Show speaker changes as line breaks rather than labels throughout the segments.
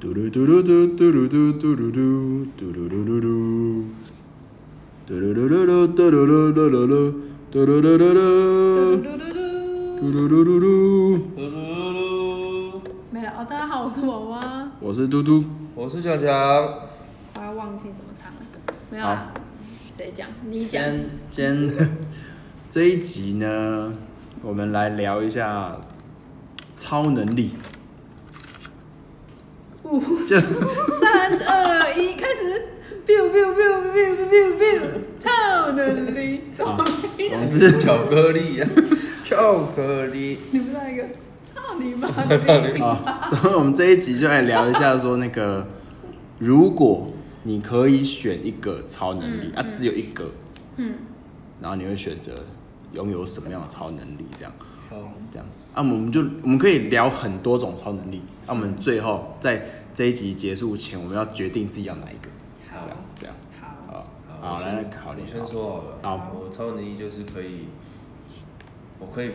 嘟噜嘟噜嘟嘟噜嘟嘟噜嘟嘟噜噜噜噜，嘟噜噜噜噜嘟噜噜噜噜噜，嘟噜噜噜噜，
嘟
嘟噜噜噜噜。
嘟嘟
噜噜噜噜，
没了哦。大家好，我是娃娃，
我是嘟嘟，
我是小强。
我要忘记怎么唱了。没有啊？谁讲？你
今
讲。
天今天这一集呢，我们来聊一下超能力，
五、
就
三、二、一，开始。biu biu biu biu biu biu，超能力，超能力。
总之
巧克力呀、巧克力。
你们那一个，操你妈！
操你妈
啊， 然后我们这一集就来聊一下说那个，如果你可以选一个超能力、啊，只有一个，
嗯，
然后你会选择拥有什么样的超能力？这样，
好，
这样啊，我们就我们可以聊很多种超能力。那、我们最后在这一集结束前，我们要决定自己要哪一个。这样，这样，
好，
好，好，来，
我先
考你
我先说好了。
好
我超能力就是可以，我可以，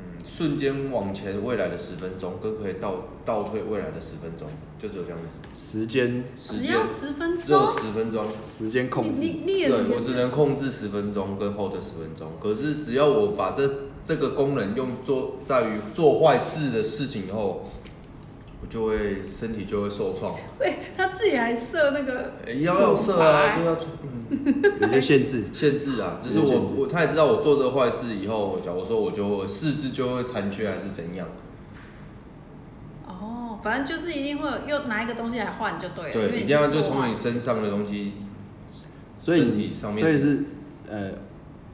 嗯，瞬间往前未来的十分钟，跟可以倒倒退未来的十分钟，就只有这样子。
时间
时
只
间
要十分
只有
钟，
十分钟。
时间控
你
制
你你也
对，我只能控制十分钟跟后的十分钟。可是只要我把这这个功能用做在于做坏事的事情以后，我就会身体就会受创。哎
对，他自己还设那个
诶要要设啊，就要出嗯，
有些限制
限制啊，就是
有限制
我我他也知道我做这个坏事以后，假如说我就四肢就会残缺还是怎样，
哦，反正就是一定会有用拿一个东西来换就对了。因为
对，
你
一定要
是
就
做
从
完
你身上的东西，
所以
身
你
体上面
所以是呃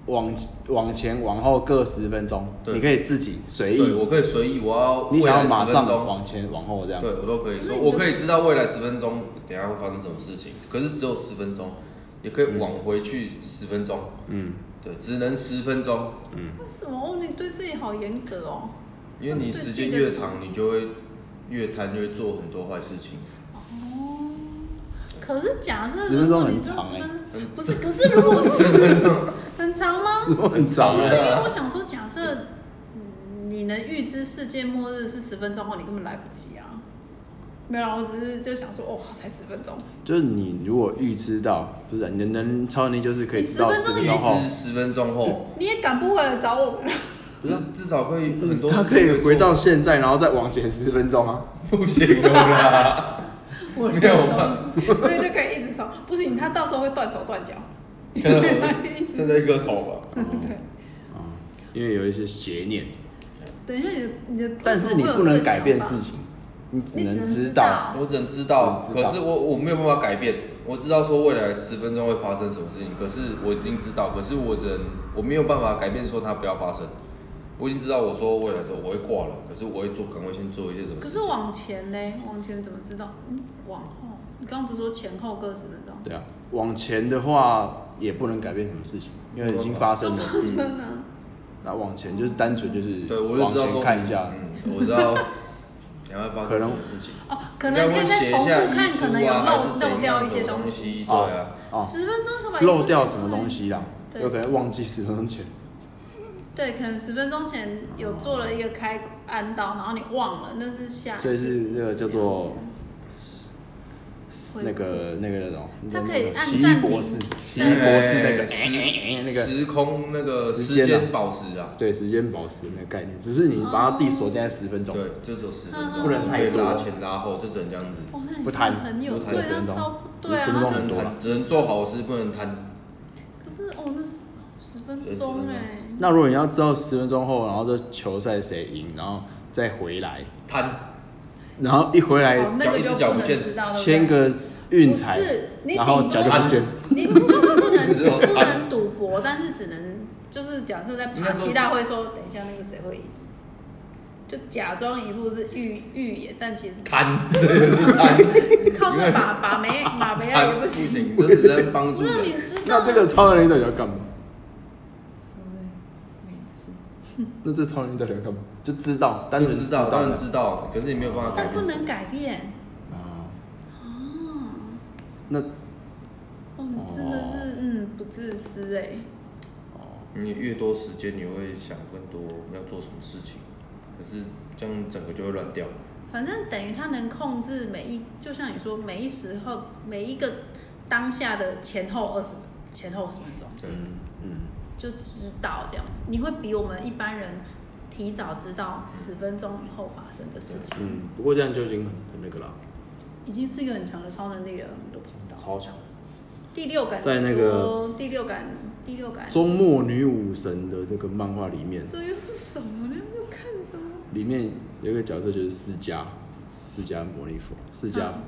往往前往后各十分钟，
对
你可以自己随
对
意，
我可以随意，我要
你
未
想
来
要马
10分
上
钟
往前往后这样。
对我都可以说，
那你
我
就
可以知道未来十分钟等一下会发生什么事情，可是只有十分钟，也可以往回去十分钟，
嗯，
对，只能十分钟，
为什么哦？你对自己好严格哦。
因为你时间越长，你就会越贪，就会做很多坏事情。
哦，可是假设
10分钟
如果你
很
这
长
10
欸
分不是？可是如果是很长吗？
我很长
不是，
啊。
因为我想说，假设嗯你能预知世界末日是十分钟后，你根本来不及啊。没有啦，啊我只是就想说，哦，才十分钟，
就是你如果预知到，不是啊你的能超能力就是可以知道
你10
十
分钟
分
预
钟后
知，十分钟
嗯
后，
你也赶不回来找我们了。
不是至少可以很多，
他嗯可以回到现在，然后再往前十分钟啊。
不行 了啦。
我
没有吧
懂所以就可以一直走。不行，他到时候会断手断脚。
可能剩下一个头吧。
对，
啊，因为有一些邪念，
等一下你的你的，
但是你不能改变事
情。
情，你只
你只
能
能
知
知
道
道。
我只能知道，
只能知道
可是我我没有办法改变。我知道说未来十分钟会发生什么事情，可是我已经知道，可是我只能我没有办法改变说它不要发生。我已经知道，我说未来的时候我会挂了，可是我会做，赶快先做一些什么
可
事
是
情。
往前嘞，往前怎么知道？嗯，往后，你刚刚不是说前后各十分钟？
对啊，往前的话也不能改变什么事情，因为已
啊
经发生了。
就是真的啊。
那往前就是单纯就是
对，我就
往
知道
前
说
看一下，
嗯，我知道 等下会发生什么事情。
哦，可能可以再重复看，可能有
要
漏
不然写
漏
一下遗书啊
掉
还
一
是怎样什
些
么东
西。
西。对啊，
哦，
十分钟是吧？
漏掉什么东？西啦，
对
有可能忘记十分钟前。
对，可能十分钟前有做了一个开按刀，然后你忘了，那是下。
所以是那个叫做那个那个那种，
嗯它
那
可以
个
按
奇异
暂停
博士，奇异
暂
博士那个
哎时
那个，
时空那个
时
时
间啊
间宝石啊，
对，时间宝石那个概念，只是你把它自己锁定在十分钟，
对，就只有十
嗯
分钟，
不能太
可以
多
拉前拉后，就只能这样子。
哇，那你
不贪
很有
不贪
对
十
啊，
分钟
超
只
对
是
啊，
十分
那
钟
就
不能贪，只能做好事，不能贪。
可是哦，那是十分
只能10分
钟
钟
哎。
那如果你要知道十分钟后，然后这球赛谁赢，然后再回来，
贪，
然后一回
哦
来
那个
一只
就
脚
不
不见
能知道了。
签个运彩
不是，你
然后
顶
脚就
多
啊
不见。
你 就是不能
只有
不
贪
能赌博，但是只能就是假设在
应
爬
该说
期大会说，等一下那个谁会赢，就假装一副是预预言，但其实
贪，这个是贪，
靠这 把把没把没
贪
哎也不行。
行，这只能帮助
那你
人。
知道
那这个超能力到底要干嘛？那这超能力到底要干嘛？就知道，单
就
纯
知道，当然
的
知道，可是你没有办法改
但不
变。
能改变
啊。嗯
哦。
那
哦，你真的是嗯不自私哎、
你越多时间，你会想更多要做什么事情，可是这样整个就会乱掉。
反正等于他能控制每一，就像你说每一时候每一个当下的前后二十前后十分钟
对，
嗯，
就知道这样子，你会比我们一般人提早知道十分钟以后发生的事情，
嗯，不过这样就已经很很那个了，
已经是一个很强的超能力了，我们都不知道。
超强。
第六感
在那个
多第六感第六感，
周末女武神的那个漫画里面，
这又是什么呢？又看什么？
里面有一个角色就是释迦，释迦牟尼佛，释迦
嗯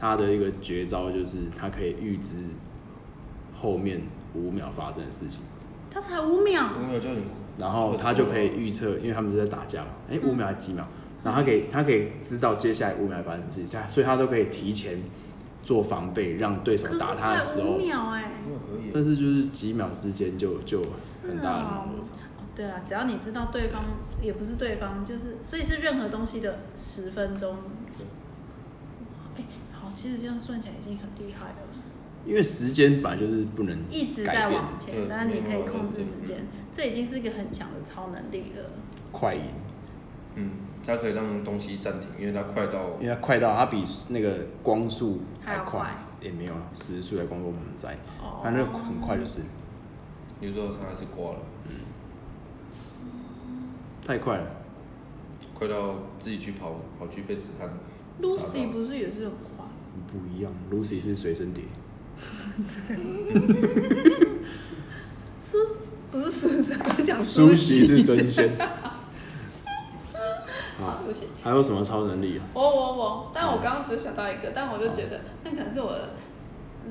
他的一个绝招就是他可以预知后面五秒发生的事情，
他才五秒，
五秒就很，
然后他就可以预测，因为他们是在打架嘛，哎、
嗯
五秒还是几秒，然后他可以他可以知道接下来五秒会发生什么事情，他所以他都可以提前做防备，让对手
可是
打他的时
才五
候，
秒哎、
五秒可以啊耶
但，是就是几秒之间就就
是
很大的
哦
落差。
哦对啊，只要你知道对方也不是对方，就是所以是任何东西的十分钟。
对
哎，好，其实这样算起来已经很厉害了，
因为时间本来就是不能
一直
改
在
变，
往前
对，
但是你可以
没有
控制
嗯
时间
嗯，
这已经是一个很强的超能力了。
快赢，
嗯，它可以让东西暂停，因为它快到
因为它快到它比那个光速还
还要快
也、没有了，时速还光速我们在，
哦
它那个很快就是
比如说它还是挂了，
太快了，
快到自己去跑跑去被子弹，
Lucy 不是也是很快？
不一样。Lucy 是随身碟，
苏不是苏珊刚讲
苏
西
西是真仙。
啊，不行。
还有什么超能力啊？
我我我，但我刚刚只想到一个，但我就觉
啊
得那可能是我的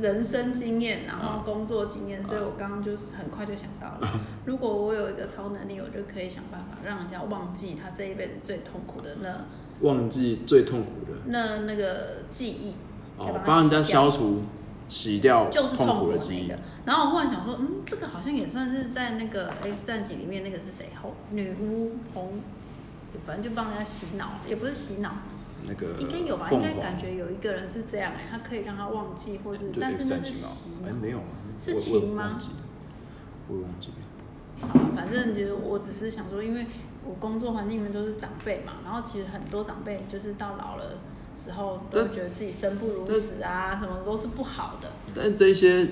人生经验，然后工作经
啊
验，所以我刚刚就是很快就想到了，如果我有一个超能力，我就可以想办法让人家忘记他这一辈子最痛苦的那
忘记最痛苦的
那那个记忆，可以
哦
它，
帮人家
洗掉
消除、洗掉
就是
痛
痛
苦
苦
的
的
记
那一
忆
个。。然后我忽然想说，嗯，这个好像也算是在那个《X 战警》里面那个是谁红女巫红，反正就帮人家洗脑，也不是洗脑，
那个
应该有吧？应
呃凤
该
凰
感觉有一个人是这样、欸他可以让他忘记，或是
对
但是
X
那
战
是
警哦
洗，
哎、
脑。
没有啊，
是
我
情
我
吗？
忘记了我也忘记了。
好吧反正就是我只是想说，因为我工作环境里面都是长辈嘛，然后其实很多长辈就是到老了时候都会
但
觉得自己生不如
但
死啊，什么都是不好的。
但这些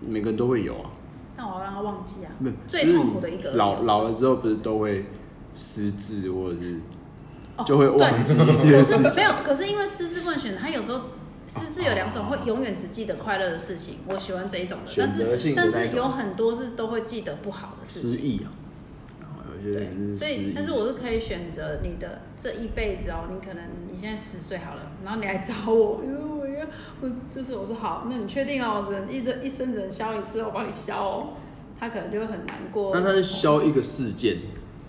每个人都会有啊，
但我要让他忘记啊
不是，
最痛苦的一
就
个啊
是你老老了之后不是都会失智或者是
哦
就会忘记
对
一些事
可是没有，可是因为失智不能选，他有时候只失智有两种，会永远只记得快乐的事情，我喜欢这一种的，但
选择
是
性的那一
但
种
是有很多是都会记得不好的事
失
情。
忆啊，然后有些人是
对，所
失忆
以，但是我是可以选择你的这一辈子哦。你可能你现在十岁好了，然后你来找我，哎因为我要我就是我说好，那你确定哦，我只能一生一生只能消一次，我帮你消哦。他可能就会很难过。
但他是消一个事件，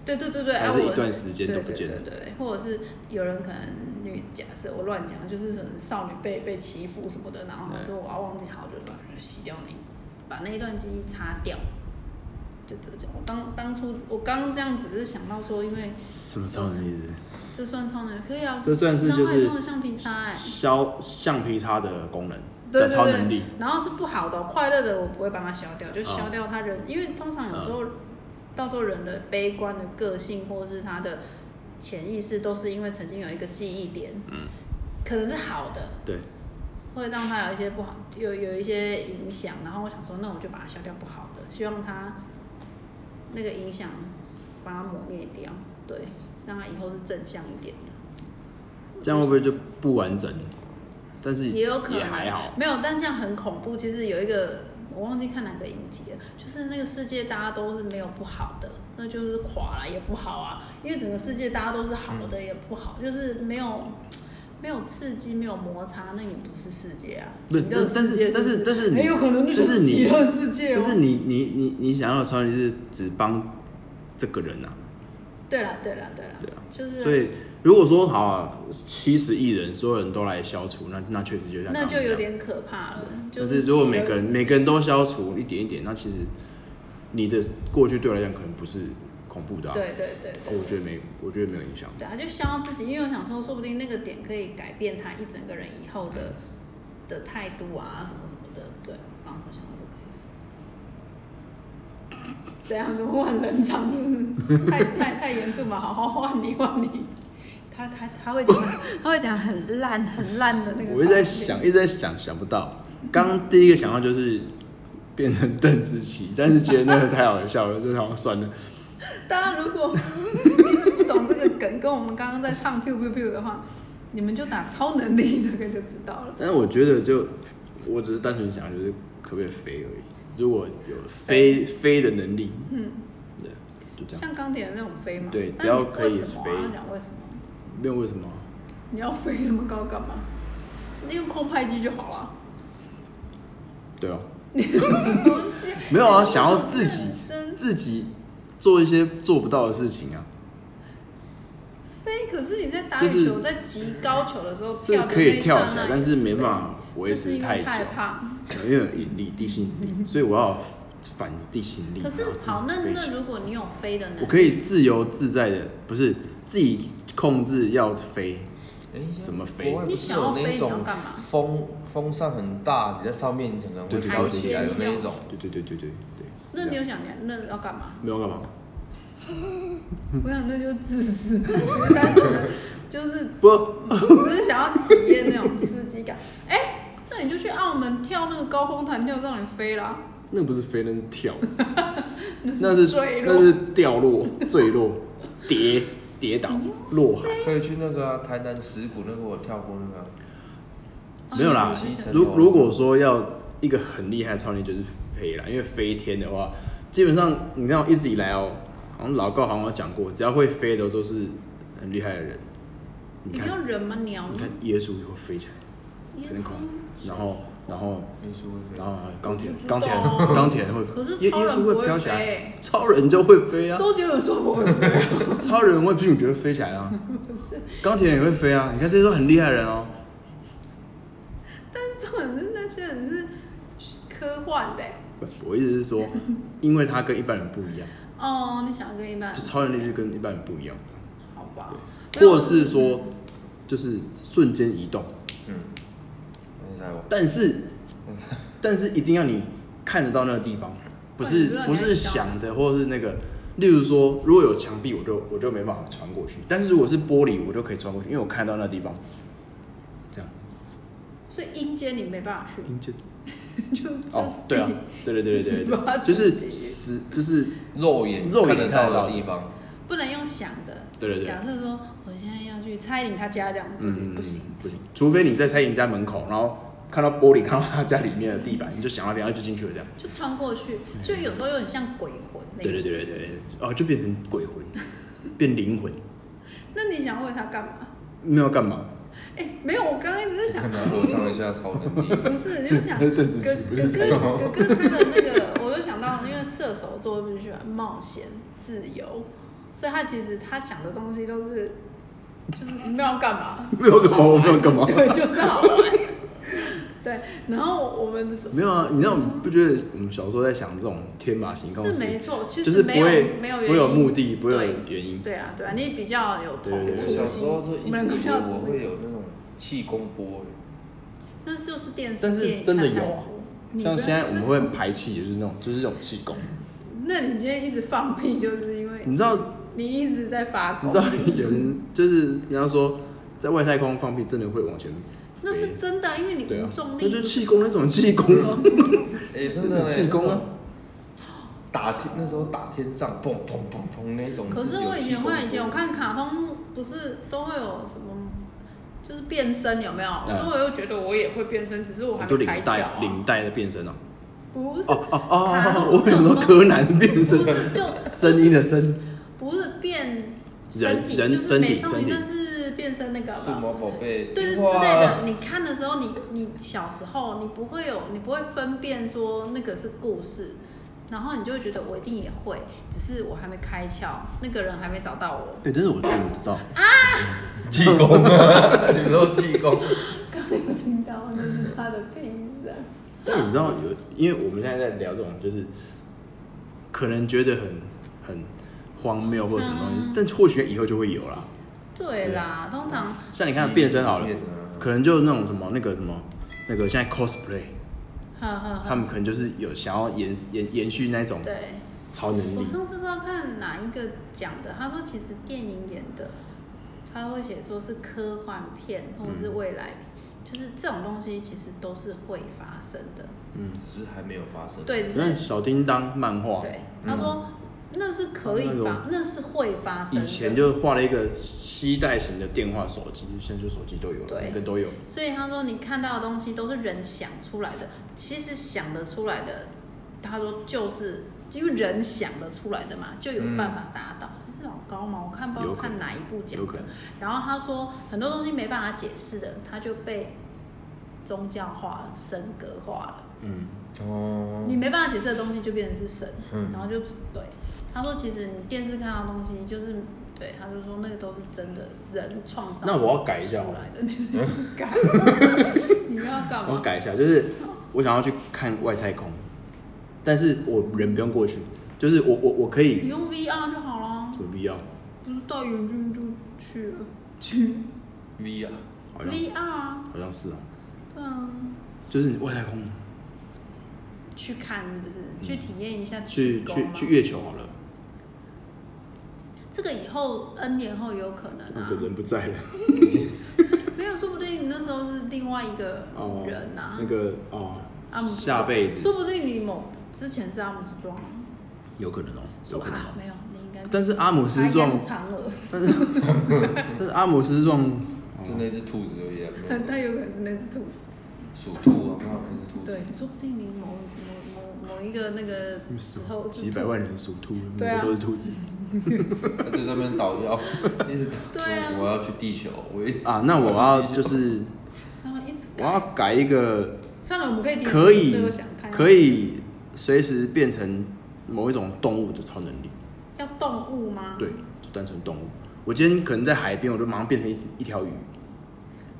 对对对对，
还
啊
是一
我
段时间都不见
对对对对，或者是有人可能女假设我乱讲，就是可能少女被被欺负什么的，然后他
对
说我要忘记好，我就乱洗掉你，把那一段记忆擦掉。就这讲，我当当初我刚刚这样只是想到说，因为
什么超能力是
这算超能力可以啊，
这算是
脑
就
海
是
中的橡皮擦哎、
消橡皮擦的功能
对
的
对对，
超能力，哦
然后是不好的哦、快乐的我不会帮他消掉，就消掉他人，因为通常有时候、到时候人的悲观的个性或者是他的潜意识，都是因为曾经有一个记忆点，
嗯，
可能是好的，
对，
会让他有一些不好，有有一些影响。然后我想说，那我就把它消掉不好的，希望他那个影响把它磨灭掉，对，让他以后是正向一点的。
这样会不会就不完整？但是
也有可能
还好，
没有，但这样很恐怖。其实有一个我忘记看哪个影集了，就是那个世界大家都是没有不好的，那就是垮了也不好啊，因为整个世界大家都是好
嗯
的也不好，就是没有没有刺激，没有摩擦，那也不是世界啊。
不是
极乐
但是
世界
但是
不
但是你
很哎有可能就
但是
是
你
极乐世界
但
哦。
是你你你你想要的超能力是只帮这个人啊，
对了对了对了，
对啊
就是
所以如果说好啊，七十亿人，所有人都来消除，那那确实就像
那
刚刚
就
一
有
样。
点可怕了。就
但是如果
极乐
每个人
世
每个人都消除一点一点，那其实你的过去对我来讲可能不是恐怖的、啊，
对对对
哦
对
我觉得没，我觉得没有影响。
对，他啊就消自己，因为我想说，说不定那个点可以改变他一整个人以后
嗯
的、的态度啊，什么什么的。对，然后就想到这个，怎样？怎么换冷场？太太太严肃嘛，好好换你换你。他他他会讲，他会讲很烂很烂的那个。
我一直在想，，一直在想，想不到。刚第一个想到就是变成邓紫棋，但是觉得那个太好笑了，就 想算了。
大家如果 你一直不懂这个梗，跟我们刚刚在唱 “biu biu biu” 的话，你们就打超能力那个就知道了。
但是我觉得就，我只是单纯想，就是可不可以飞而已。如果有飞飞的能力，
嗯，
对，就这样，
像钢铁人那种飞嘛。
对
但
只要可以
为什么啊
飞
要讲为什么？
没有为什么啊。
你要飞那么高干嘛？你用空拍机就好了。
对啊，
东西
没有啊，想要自己
真
自己做一些做不到的事情啊，
飞，可是你在打
就
羽
是
球，在极高球的时候
是可以跳起来，但是没办法维
是
持
因为
太
太
久，
胖。
因为有引力地心引力，所以我要反地心力。
可是
然后自己
好，那
飞起
那
来
如果你有飞的能力，
我可以自由自在的，不是自己控制要飞，
哎
怎么飞
国外不是有那种风风扇很大，你在上面你可能会
对对对
飘起来，有
对对
那一种。
对对对对对对。
那你有想那要干嘛？
没有干嘛？
我想那就自私，单纯的 就是
不，
只是想要体验那种刺激感。哎、那你就去澳门跳那个高空弹跳，让你飞啦。
那不是飞，那是跳，那
那
是
坠落
那是掉落、坠落、跌跌倒、落海。
可以去那个啊，台南石鼓那个我跳过那个啊，
没有啦
哦
是是，是
如如果说要一个很厉害的超能力就是飞啦，因为飞天的话，基本上你看我一直以来哦、好像老高好像有讲过，只要会飞的都是很厉害的人。你
你要
看，
人吗？鸟吗
你看？耶稣也会飞起来，天空，然后然后
耶稣会飞
然。
哦
后钢铁
我不知道
钢铁
啊
钢铁人会，
可是
耶耶
超人
稣
不会
飘起
飞
来，超人就会飞啊，
周杰伦说不会飞 啊。
超人会不行，觉得飞起来啊，钢铁人也会飞啊，你看这些都很厉害的人哦、
但是重点是那些人是科幻的欸、
我意思是说，因为他跟一般人不一样。
哦，你想跟一般
就超能力就跟一般人不一样，
好吧？
或者是说就是瞬间移动，
嗯，你猜我
但是但是一定要你看得到那个地方，不
不
是
然你
不
会
是
想
想的或者是那个，例如说如果有墙壁，我就我就没办法穿过去，但是如果是玻璃，我就可以穿过去，因为我看得到那地方。这样，
所以阴间你没 办法去，
阴间
就
哦，对啊，对对对对对
十
对，
八层
就是
地
实就是
肉眼
肉眼
看得
看得
到
到
的地方，
不能用想的。
对对对
假设说我现在要去蔡依林她家这样，不行
嗯
不行。
不行，除非你在蔡颖家门口，然后看到玻璃，看到他家里面的地板，你就想到然后就进去了这样。
就穿过去，就有时候有点像鬼魂那
对
种。
对对对对，对哦，就变成鬼魂，变灵魂，
那你想问他干嘛？
没有干嘛？
哎、没有，我刚刚一直在想，
看他合唱一下超能 力。
不是，就想哥哥
邓紫棋不是才有
哥哥他的那个，我就想到，因为射手座必须欢冒险、自由，所以他其实他想的东西都是，就是你们要干嘛？
没有干嘛，我没有干嘛。
对，就是好玩。对，然后我们是
没有啊，你知道你不觉得我们小时候在想这种天马行空的
是没
事，
错，其
就
实
是不
没有
会
没有
不
原因
会有目的，不会有
对
原因。
对啊，对啊，你比较有
对对
同
我
对
情
小时候就一
我们
直
比
以
较
为我会有那种气功波，
那就是电视，
但是
电影
真的
看太
有啊
多你
像
不要
现在我们会排气，就是那种就是这种气功，
那你今天一直放屁，就是因为
你知道
你一直在发
你
功
知，道有人就是人家说在外太空放屁真的会往前飞，
那是真的啊，因为你
对啊
无，重力。
那就是气功那种气功啊，
哎，真的嘞
气功啊，
打天那时候打天上，砰砰砰砰那种。
可是我以前
换
会，以前我看卡通不是都会有什么，就是变身有没有？
嗯
然后我又觉得我也会变身，只是我还
就
没
领
开窍啊
带。领带的变身啊。
不是
哦哦
卡
哦，
通
我想说柯南变
不
身，
是就
声音的声。
不是变身
人
体，
人
就是
身体
美少
身
女
体
战士变身那个好不
数
好
码宝贝，
对对之类的，你看的时候你，你小时候你不会有，你不会分辨说那个是故事，然后你就会觉得我一定也会，只是我还没开窍，那个人还没找到我。
哎、但是我觉得你知道，
气功啊，你们都气 功。
刚刚有听到，那是他的配音声。
但你知道有，因为我们现在在聊这种，就是可能觉得很很荒谬或者什么东西，
嗯
但或许以后就会有啦。
对啦，通常
像你看变身好了
记忆里面啊，
可能就那种什么那个什么那个现在 cosplay，
呵呵
他
呵，
们可能就是有想要延延延续那种
哦对。
超能
我
力。
上次不知道看哪一个讲的，他说其实电影演的他会写说是科幻片或者是未来，就是这种东西其实都是会发生的。
嗯，
只是还没有发生。，
对，只
你
是
看小叮当漫画，
对，他说、那是可以发，那是会发生
以
的。
前就画了一个携带型的电话手机，现在就手机都有了，
对
每个都有。
所以他说你看到的东西都是人想出来的，其实想得出来的，他说就是因为人想得出来的嘛，就有办法达到。是老高吗？我看不知
嗯
道
有可能
看哪一部讲
有可
的
能。
然后他说很多东西没办法解释的，他就被宗教化了、神格化了。
嗯，
哦，
你没办法解释的东西就变成是神，
嗯
然后就对他说，其实你电视看到的东西就是对，他就说那个都是真的人创造。
那我要改一
出
下好哦了
来的，你改， 你们要干
我
嘛？
改一下，就是我想要去看外太空，但是我人不用过去，就是我我我可
你
以，
用 VR 就好了，啊
有必要？
不是到远距就去了去
V 啊，
哦
好像
VR 啊，
好像是啊，
对啊，
就是你外太空
去看是不是？去体验一下
去
气功
去
嘛
嗯去月球好了，
这个以后 N 年后有可能
那
啊
个，人不在了。
没有，说不定你那时候是另外一个
哦，
人啊
那，个哦
阿姆，斯壮
下辈子
说不定你某之前是阿姆斯壮。
有可能哦，有可能
啊
哦。
没有，你应该
但是阿姆斯壮
他应该，是嫦娥，
但是阿姆斯壮，哦
就那只兔子而已啊，没有
他有可能是那只兔子。
属兔啊，刚好那只兔子。
对，说不定你某某某某一个那个
嗯
时候是兔
几百万人属兔，每
对啊
个都是兔子
他在这边捣药，一直捣。
对啊
我要去地球，我一
啊。那我要
去地
就
球
是
然后一直
我要改
改。
一个
算了，我们可以点
可以
最后想看
可以随时变成某一种动物的超能力，
要动物吗？
对，。就单纯动物。我今天可能在海边，我就马上变成一只一条鱼，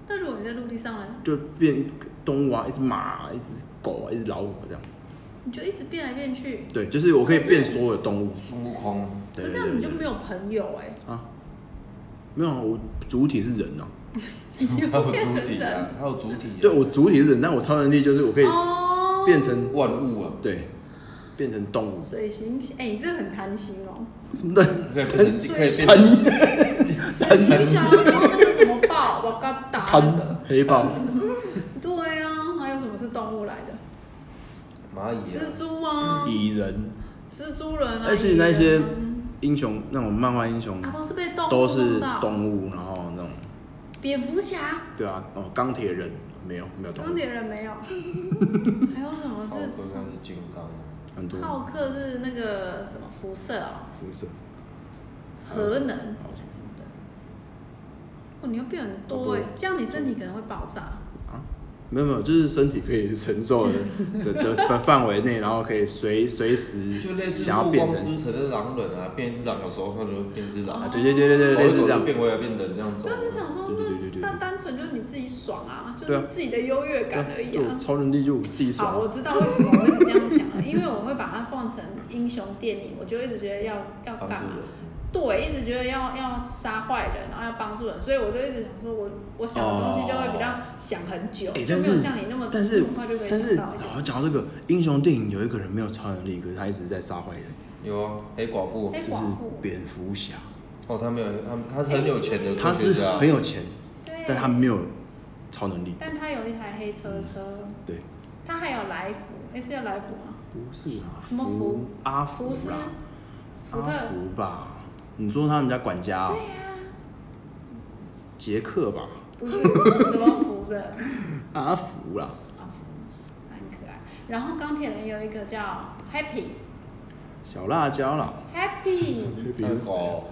那如果你在陆地上呢，
就变动物啊，一只马、啊，一只狗啊，一只老虎啊这样。
你就一直变来变去，
对，就是我可以
可是
变所有的动物。
孙悟空，
可
对
是
对
这样
对
你就
对
没有朋友哎，
啊，没有啊，我主体是人啊。
你
他
又
有
变
主
成
体啊
人。，
他有主体、啊。
对，我主体是人，但我超能力就是我可以
哦，
变成
万物啊，
对，变成动物。
水行侠，哎，你这很贪心 哦。
什么的？
可以变成
水
可以变
行水
成
行侠， 然后那个什么豹，我刚打那
贪
个。
黑豹、
对啊，还有什么是动物来的？
蚂蚁啊
蜘。蛛啊，
蚁人，
蜘蛛人啊，
而且那些
蚁人
英雄那种漫画英雄
啊啊，都是被动物
都是
弄到
动物，然后那种
蝙蝠侠、
对啊，哦，钢铁人没有没有动
钢
物，
铁 人没有，还有什么
哦，我刚
是
刚是金刚啊。
很多
浩克是那个什么辐射哦，
辐射，
核能还
好
是什么的。哦，你又变很多哎
好，
这样你身体可能会爆炸。
没有没有，就是身体可以承受的的的 的范围内，然后可以随随时
就类似
嗯想要
《暮
变
光
成
之城》的狼人啊，变一只狼，有时候他就会变一只狼，
啊，对对对对对，
走一
类似
走
这
就
样，
变回来变人这样走啊
所以。我就啊想说，
对对对对
那
对
但单纯就是你自己爽啊，就
对啊
是自己的优越感而已
就
啊。
超能力就我自己
好，
爽，
我
啊
知道为什么我一直这样想了，因为我会把它放成英雄电影，我就一直觉得要要
帮
干
助
嘛
人，嗯
对，一直觉得要要杀坏人，然后要帮助人，所以我就一直想说我，我想的东西就会比较想很久，
哎，
就
哦但
没有
是
像你那么
但是
那么快就可以
但
想
是，
到一些。
好讲到这个英雄电影，有一个人没有超能力，可是他一直在杀坏人，
有啊，黑寡妇
黑
就
寡
是
妇，
蝙蝠侠，
哦，他没有，他他是很有钱的科
他
学
是
家
很，有钱，
对，
但他没有超能力，
但他有一台黑车车，
对，
他还有来福，哎、是叫来福吗？
不是啊，
什么
福
福
阿
福斯
啦，
福
阿
特，
福吧？你说他们家管家、
对
哦，
呀、
杰克 吧？
不是什么福的，
阿福啦，
啊，很可爱。然后钢铁人有一个叫 Happy。
小辣椒啦，
Happy，
黑皮
那
是
个
谁啊
狗，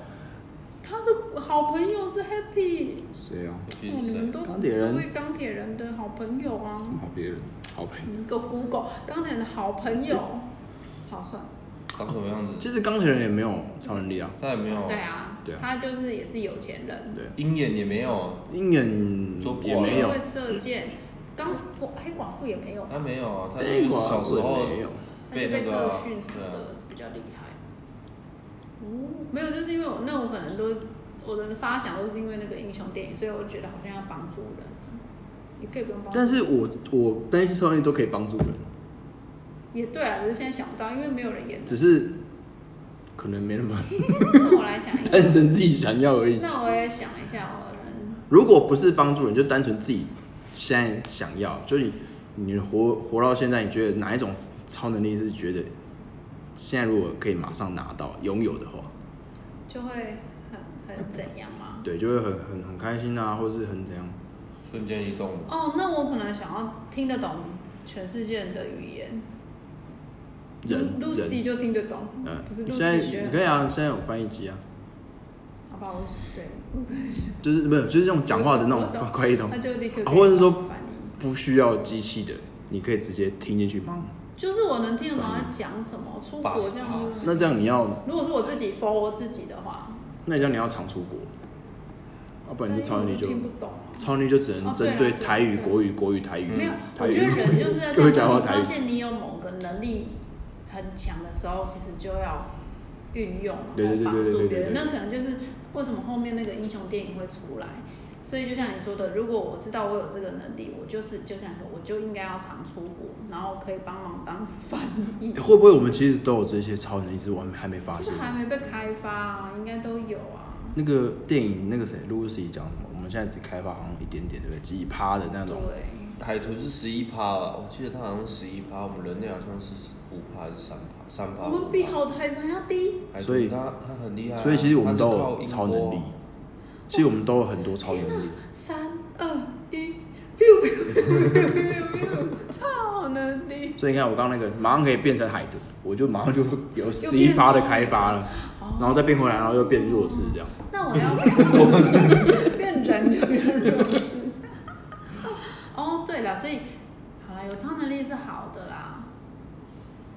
他的好朋友是 Happy，
谁啊？
必
哦，
须
你
是
们都
钢
只
铁人
会钢铁人的好朋友啊
什！么好别人？好朋友。
你给我 Google 钢铁人的好朋友，好算了
长什么样子，
其实钢铁人也没有超能力啊，
他也没有
对，啊
对啊，
他就是也是有钱人，
对，
鹰眼也没有，
鹰眼
做过
也没有
会，射箭，钢寡黑寡妇也没有，
他没有啊，他就
黑
是
寡
小时
妇
候
也没有，
他就
被
被
那个
特
啊
训什么
对啊
的比较厉害。哦，没有，就是因为我那我可能都我的发想都是因为那个英雄电影，所以我觉得好像要帮助人，啊也可以不用帮助
但
人。
是我我那些超能力都可以帮助人，
也对啊，只是现在想不到，因为没有人演。
只是可能没那么
那我来想一
单
下，
纯自己想要而已。
那我也想一下我的人，
如果不是帮助人，就单纯自己现在想要，就你你活活到现在，你觉得哪一种超能力是觉得现在如果可以马上拿到拥有的话，
就会很很怎样吗？
对，就会很很很开心啊，或是很怎样？
瞬间移动，
哦，那我可能想要听得懂全世界人的语言。
人
Lu-
人
Lucy 就听得懂，
嗯
不是，
现
Lucy
在
学
你可以啊，现在有翻译机啊，
好吧，我对，
就是没有，就是用讲话的那种
我懂
快译通
他，就立刻
啊
给你
或者说
翻译，
不需要机器的，你可以直接听进去吗？
就是我能听得懂他讲什么，出国这样子。
那这样你要，
如果是我自己 for 我自己的话，
那你这样你要常出国，要不然你这超能力
但是
就
我听不懂。
超能力就只能
哦
针
对
对
啊对啊
台语、
对啊
国语、国语、台语、
没有，
台
我
语
觉得人就是 要
就
这
会讲
样。
话
你
台
发
语。
现你有某个能力很强的时候，其实就要运用
对对对
来帮
对对
助
对
别
对
人。
对
那可能就是为什么后面那个英雄电影会出来。所以就像你说的，如果我知道我有这个能力，我就是就像你说，我就应该要常出国，然后可以帮忙当翻译
欸。会不会我们其实都有这些超能力，只是我们还没发
就
现
是？还没被开发啊，应该都有啊。
那个电影那个谁，Lucy 讲什么？我们现在只开发好像一点点，对不对？几趴的那
对
种，，
海豚是十一趴吧？我记得它好像十一趴，我们人类好像是十五趴还是三趴？三趴。
我们比好的还还要低。
海豚
所以
它它很厉害啊、
所以其实我们都
它是靠
有
音
超
波
能
啊
力。其实我们都有很多超能
天
力
哪，，三二一，biu biu biu biu biu biu，超能力。
所以你看我刚刚那个马上可以变成海豚，我就马上就 有
变
十一趴的
重
开发了，
哦
然后再变回来，然后又变弱智这样。
那我要 变人就变弱智。哦，对了，所以好啦，有超能力是好的啦。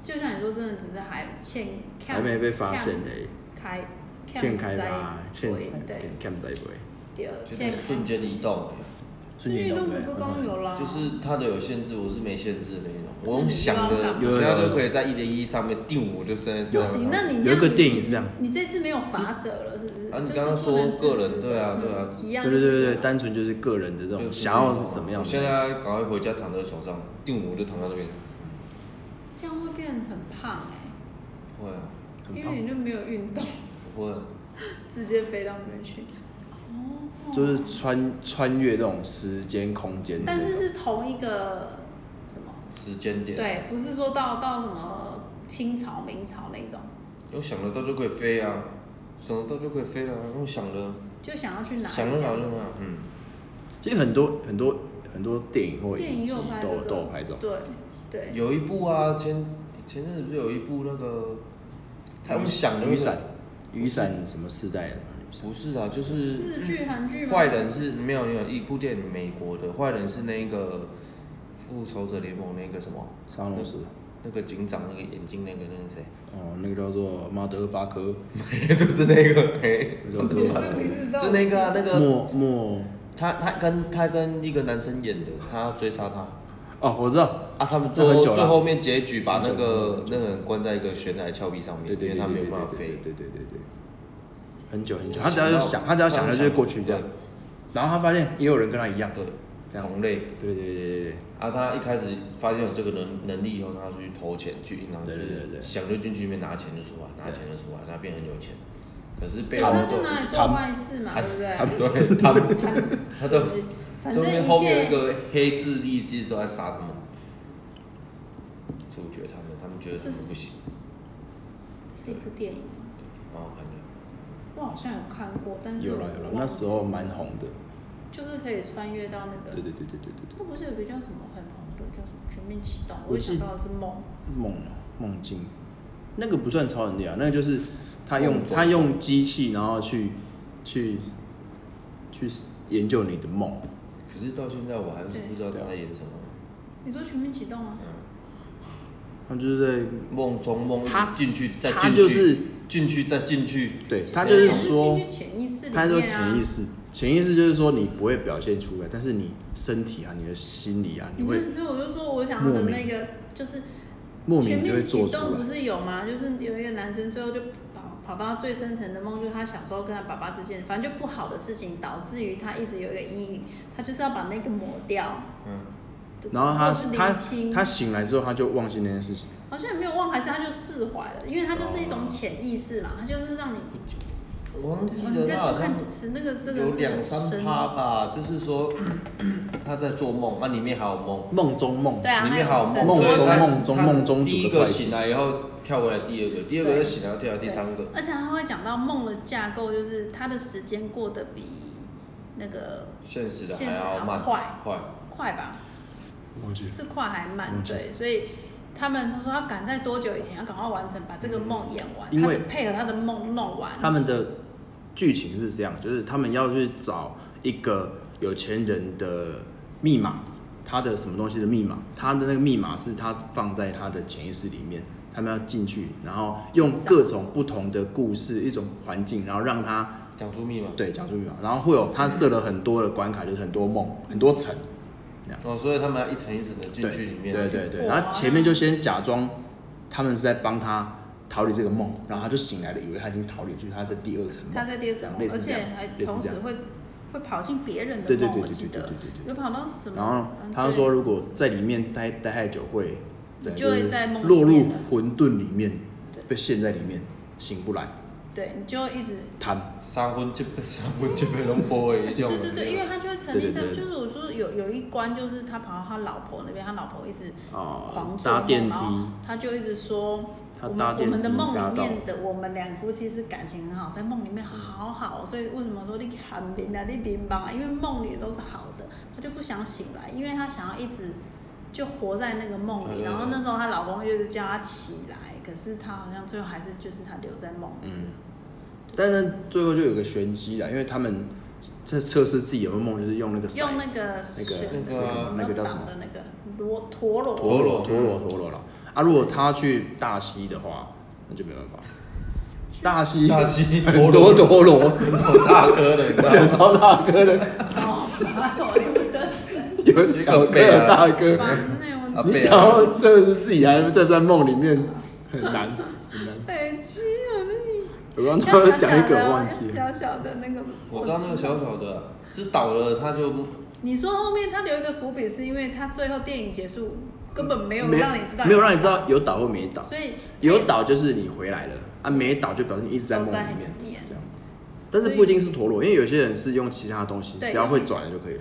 就像你说，真的只是还欠
还没被发现哎
的
嘞，
开
欠开发，欠
对对
欠在不
第二
就是瞬间移动、欸，
瞬间移
因为
动
路
对
不刚有啦，
就是它的有限制，我是没限制的那种，我用想的，
有有
人
有
家就可以在一零一上面定，我就在
不行，那你这
有一
样
个
你
电影是这样
你这次没有法则了，是不是？
啊你
就是
刚刚说
不能自
个人
私
对啊对啊
嗯一样
对
就
对对对，
行
单纯就是个人的这
就
种
是
想要什么样
我
的
现
那种。
在赶快回家躺在床上，定我就躺在那边，
这样会变很胖哎、
不会啊，
很
因
胖
为你就没有运动，
不会啊、
直接飞到那边去。哦，
就是穿穿越这种时间空间的
但
那
是
种，
是同一个什么？
时间点，，
对，不是说到到什么清朝、明朝那种，
用想得到就可以飞啊，想得到就可以飞了、啊，用想的，
就想要去哪里
想得
这
到
样
就
子。
嘛，嗯，
其实很多很多很多电影或
电
影
影
集
有拍
都
这
有
个，
都有拍这种，
对对，
有一部啊，前前阵子不是有一部那个，他用想的
雨伞，雨伞什么世代的什么雨伞，
不是啊，就是
日剧、韩剧吗？
坏人是没有没有一部电影，美国的坏人是那个复仇者联盟那个什么
沙龙石，
那个警长那个眼睛那个那个谁，
哦，那个叫做马德法科，
就是那个嘿，
那个叫
你
做
这个名字都
就那个啊、那个
莫莫，
他他跟他跟一个男生演的，他追杀他
哦，我知道，
啊，他们最
那很
后
久了
最后面结局把那
很久
个
了
那个人关在一个悬崖峭壁上面，
对对
因
对
为他
对
没
对
有
对
办法
对
飞
对。对对对，很久很久，他只要有想，他只要想他就会过去这样，然后他发现也有人跟他一样，
对，
这
对，
样，
同类。
对对对对对对。
啊，他一开始发现有这个能能力以后，他去投钱去银行，
对对对对
想就进去里面拿钱就出来，拿钱就出来，他变很有钱。可是被
对他
那
去
种
哪里
他
做
们
坏事嘛，对不对？
对他们， 他在
就是反
中
正
间
一
后面有
切
一个黑势力其实都在杀他们，处决他们，他们觉得他们不行，
是一部电影，
蛮好看的。
我好像有看过，但是
有
了
了有了
了，，
那时候蛮红的。
就是可以穿越到那个，
对对对对对对
那不是有一个叫什么很红的，叫什么《全面启动》，
我
我一
记
想到的是梦，
对，梦啊梦境，那个不算超能力啊，那个就是他用
梦中
他用机器，然后去去去研究你的梦。
可是到现在我还是不知道他在演什么，
你说《全面启动》吗？
嗯，
他就是
梦中梦一直
他
进去再
他
进
就是
去，进去再进去，
在对
其实
他就是
也是
说
进，去潜意识里面
他
啊，
说潜意识，潜意识就是说你不会表现出来，但是你身体啊，你的心理啊，你
你
会
看，所以我就说我想要的
莫名
那个就是
莫
全
名就会
面
做
启
出
动不
来。
是有吗？就是有一个男生最后就跑跑到最深层的梦，就是他小时候跟他爸爸之间，反正就不好的事情，导致于他一直有一个阴影，他就是要把那个抹掉，
嗯，
然后他
或是
他
厘清
他醒来之后，他就忘记那件事情，
好像也没有忘，还是他就释怀了，因为他就是一
哦
种潜意识嘛，他就是让你。
我忘记
哦你
得
再
他
多
好像
看几次，那个这个
有
是
两
很
三
深
趴
哦。
吧，就是说 他在做梦，啊那里面还有梦，
梦中梦
对，啊，
里面
还
还有
有
梦，
梦
所以
中
他
梦中
他
梦中
第一
组的
个
会计
醒来以后跳回来第二个，第二个又醒来又跳到第三个，
而且他会讲到梦的架构，就是他的时间过得比那个
现实的
现
还
实
要
要
慢，
快
快，
快吧，
忘记了
是快还慢
忘记
对，所以他们他说要赶在多久以前要赶快完成，把这个梦演完，
因为
他就配合他的梦弄完。
他们的剧情是这样，就是他们要去找一个有钱人的密码，他的什么东西的密码，他的那个密码是他放在他的潜意识里面，他们要进去，然后用各种不同的故事、一种环境，然后让他
讲出密码。
对讲出密码，然后会有他设了很多的关卡，就是很多梦、很多层，
哦，所以他们要一层一层的进
对
去里面。
对对对，
哇
然后前面就先假装他们是在帮他逃离这个梦，然后他就醒来了，以为他已经逃离，就是他在第二层梦。
他在第二层
这样嗯
梦，
类似
而
这
且
样
还
类似
同
这
时
样
会会跑进别人的
对对
梦，
对
我
对
记
对
得
对对对
有跑到什么？
然后
嗯
他说，如果在里面待待太久会怎样，
你就会在梦里面
落入混沌里面
对，
被陷在里面，醒不来，
对，对你就会一直
贪。
三分就被三分就被龙波诶，这
对
种
对对，因为他就会沉
对对
溺在，
对
就是我说有有一关就是他跑到他老婆那边，他老婆一直狂
哦，
做
搭
梦，
电
然后
梯，
他就一直说。
他
我
搭
们我
电
们
梯
的梦
搭
里
到嗯
面的我们两夫妻是感情很好，在梦里面好好，所以为什么说你寒冰啊，你冰棒啊？因为梦里都是好的，他就不想醒来，因为他想要一直就活在那个梦里。
对
然后那时候她老公就是叫她起来，可是她好像最后还是就是她留在梦里。
嗯，但是最后就有个玄机啦，因为他们在测试自己有没有梦，就是用那个
用
骰
那个
那个
旋
那个
那个叫什么
的那个罗陀螺，
陀螺陀
陀螺
螺陀螺了啊！如果他去大溪的话，那就没办法。大 溪
大溪
很多陀螺，
好大颗的，你知道吗？
超大哥的，
哦， 把陀螺
有小哥有大哥。
反正我
啊
你
被
想要测试自己还在不在梦里面，很 难很难。
北极啊，
我刚
那
刚
要小
讲一
小
个
的
我
哦，
忘记
要
了，
小小的那个，
我知道那个小小的，是倒了他就
你说后面他留一个伏笔，是因为他最后电影结束根本没有
没
让你知道，
没有让你知道有倒或没倒，
所以
有倒就是你回来了啊，没倒就表示你一直在梦里面
都在里面
这样。但是不一定是陀螺，因为有些人是用其他东西，
对
只要会转就可以了。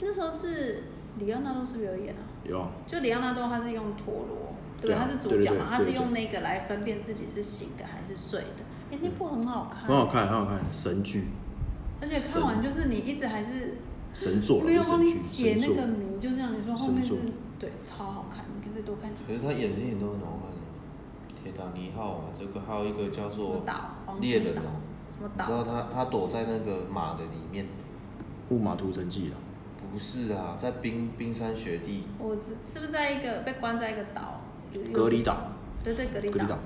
那时候是里奥纳多是不是有演啊？
有啊，
就里奥纳多他是用陀螺，对
对
吧？
啊
他是主角嘛，他
对对对对
是用那个来分辨自己是醒的还是睡的。哎，那部很好看，
很好看，很好看，神剧，
而且看完就是你一直还是
神作了，
没有
是
帮
神
你
剧，
解
神
那
作。
个谜，就像你说后
神
面是
作，
对，超好看，你可以再多看几
可是
次。
他演的电影都很好看的，《铁达尼号》啊，这个还有一个叫
什么
做
岛？黄金
猎人
岛
哦、
什么
你知道
岛？
他他躲在那个马的里面，
木马屠城记啊，
不是啊，在冰冰山雪地，
我知是不是在一个被关在一个岛？就是
隔离岛，
对对，隔离
隔离岛，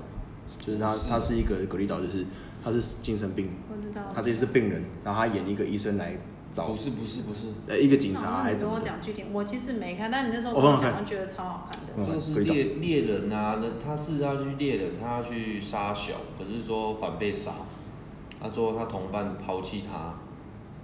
就是他，
是
他是一个隔离岛，就是他是精神病，
我知道。
他自己是病人，然后他演一个医生来找
不，是不是不是，
呃，一个警
那
察
我
还是
你
怎
跟
么
我
的？
讲剧情，我其实没看，但你那时候
我
跟
很
我
好
讲，
看
我觉得超好看的。
嗯
这个是
可以
猎猎人啊，那他是要去猎人，他要去杀小，可是说反被杀，他最后他同伴抛弃他，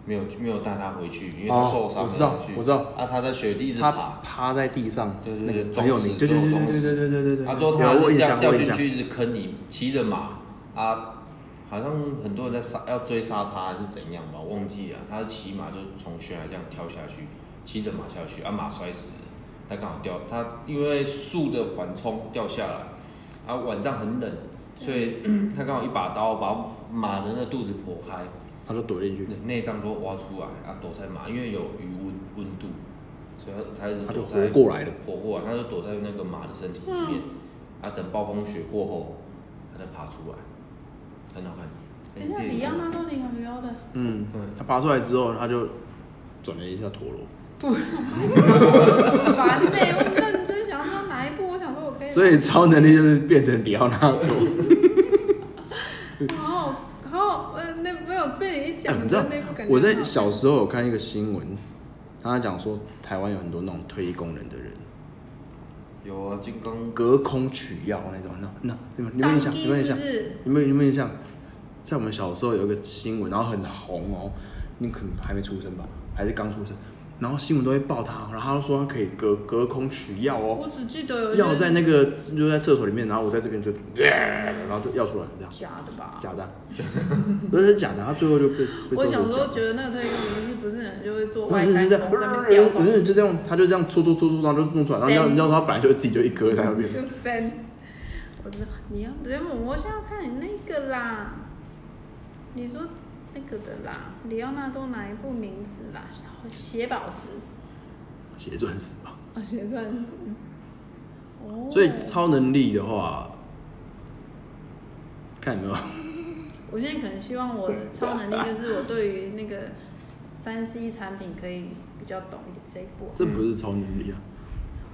没有没有带他回去，因为他
哦
受伤
我
了
知道
回去
我知道
啊，他在雪地一直
他
爬，
趴在地上，
对对
那
对
个
装
很有
死
名，对
这
对
种
对
装
对对
死
对对对对。
他之后
有
他
我印
掉
象，
掉
我印
进
象。
去一直坑里，骑着马啊，好像很多人在杀要追杀他还是怎样吧，我忘记了。他是骑马就从悬崖这样跳下去，骑着马下去，啊马摔死了，他刚好掉，他因为树的缓冲掉下来，啊晚上很冷，所以 他刚好一把刀把马的那肚子剖开，
他就躲进去，
内脏都挖出来，啊躲在马，因为有余温温度，所以他他一直
他就
躲
活
在
过来了。
活过来，他就躲在那个马的身体里面，
嗯
啊，等暴风雪过后，他再爬出来，很好看。
等一下，
很
里
电
奥
影
纳多里很高的，
嗯，
对
他爬出来之后，他就转了一下陀螺，
很烦呢。我认真想要知道哪一部，我想说我可以。
所以超能力就是变成里奥纳多。
好好好，呃，那没有被你一
哎
讲，
你知道
真的那部感觉
我在
很好
小时候有看一个新闻，他讲说台湾有很多那种退役工人的人，
有啊，金刚
隔空取药那种，那那你们你们印象，
当
你们印
机是
象
不，是？
你们你们印象，在我们小时候有一个新闻，然后很红哦，你可能还没出生吧，还是刚出生，然后新闻都会报他，然后他说他可以隔隔空取药哦，
我只记得有一
药
次
在那个就在厕所里面，然后我在这边就，然后就药出来这样，
假的吧？
假 的啊，不是假的，他最后就被被
我
做
小
成
时
假
候
的。
觉得那个特异功能就是不是人就会做
但嗯
外
是
太
就
空
这
在
样，
那边
不是
掉
就这样，他就这样搓搓搓搓，然后就弄出来，然后你知道你知道他本来就自己就一颗在那边，
就三。我知道你要人母，我想要看你那个啦。你说那个的啦，里奥纳多哪一部名字啦？血宝石
血钻石吧。
啊，血钻石。哦。
所以超能力的话，看有没有，
我现在可能希望我的超能力就是我对于那个三 C 产品可以比较懂一点这一步啊，
这不是超能力啊，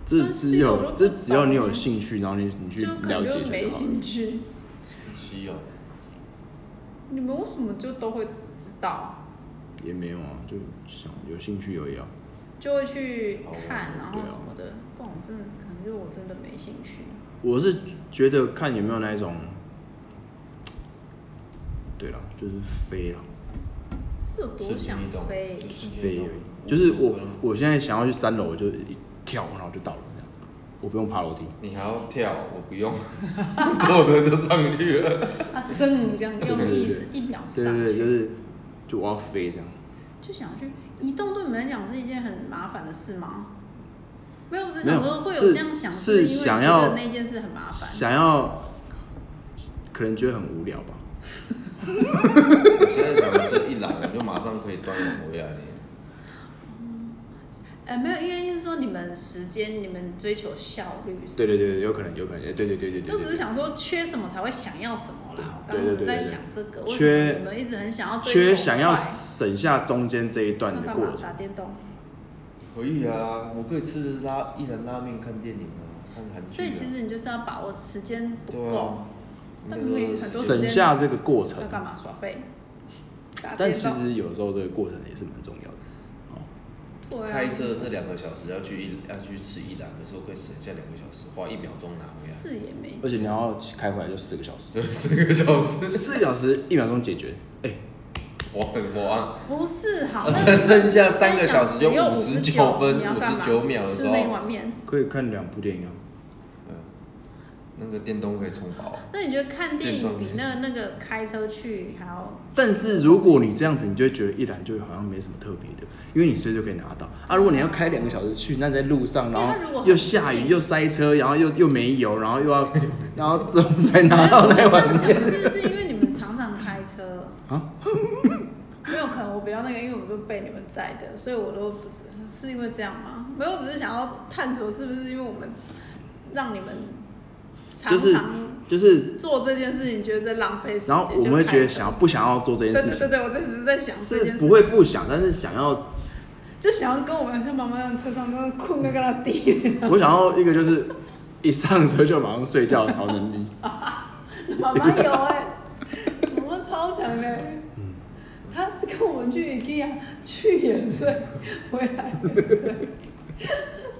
这只
但是我
有
都不
这只要你有兴趣，然后你你去
就
了
可能
解
就
一下
没
就好了。
兴趣。
稀 有，
你们为什么就都会知道？
也没有啊，就想有兴趣而已啊。
就会去
哦
看，然后
对啊
什么的。不然我真的可能就是我真的没兴趣。
我是觉得看有没有那一种，对了，就是飞了，
是有多想
瞬间移动
飞？
就瞬间移
飞
动
而已。就是
无
我
所谓
我现在想要去三楼，我就一跳，然后就到了这样，我不用爬楼梯。
你还要跳，我不用，坐着就上去了。
他升啊这样
对
用
对
意
对
识一秒
对
上
对对，就
去，
是就我要飞这样。
就想去移动，对你们来讲是一件很麻烦的事吗？没有，我只
没有
想说会有
是
这样想，
是
是因为
想
觉得
要
那件事很麻烦。
想要，可能觉得很无聊吧。
我现在想吃一篮，我就马上可以端碗回来了。
呃，没有，应该是说你们时间，你们追求效率。
对对对，有可能，有可能，对对对对对
就只是
对。
想说缺什么才会想要什么啦。我
对
刚
对对
刚在
对对
想这个，为
缺
什么你们一直很想要追
缺
求
想
快
要省下中间这一段
那
的
干
过
嘛
程，
打电动？
可以啊，我可以吃拉一篮拉面看电影啊，看韩剧、啊。
所以其实你就是要把握时间不
对
够
啊，，
但因为很多时
省下这个过程
要。干嘛耍废？打
但
电
其
动。
实有时候这个过程也是蛮重要的。
对啊
开车这两个小时要去一要去吃一篮，可是我可以省下两个小时，花一秒钟拿回来。
是也没
而且你要开回来就四个小时，
对，四个小时，
四个小时一秒钟解决。哎，
我很慌。
不是好，
剩
那
剩下
三
三个小时就
有
59分
你要干嘛
59秒的时
吃
候
那一碗面。
可以看两部电影啊。
嗯，那个电动可以充饱。
那你觉得看电
变壮
影比那那个开车去还要？
但是如果你这样子，你就会觉得一来就好像没什么特别的，因为你随时就可以拿到啊。如果你要开两个小时去，那在路上，
对它
然
如果
后
很
又下
近
雨又塞车，然后又又没油，然后又 要，然后最后才拿
没有
到
我
那
这
碗
样
面
想是不是因为你们常常开车？
啊？
没有，可能我比较那个，因为我都被你们载的，所以我都不知是因为这样吗？没有，我只是想要探索是不是因为我们让你们常
就是
常
就是，
做这件事情，觉得在浪费时间，
然后我们会觉得想要
要
不想要做这
对
件事
对对
情，
对，我就只是在想这
是
件事情，
不会不想，但是想要，
就想要跟我们像妈妈那样车上那个困那个那地，
我想要一个就是一上车就马上睡觉的超能 力。
妈妈有 哎、妈妈超强的、
嗯
她跟我们去 IKEA 去也睡，回来也睡，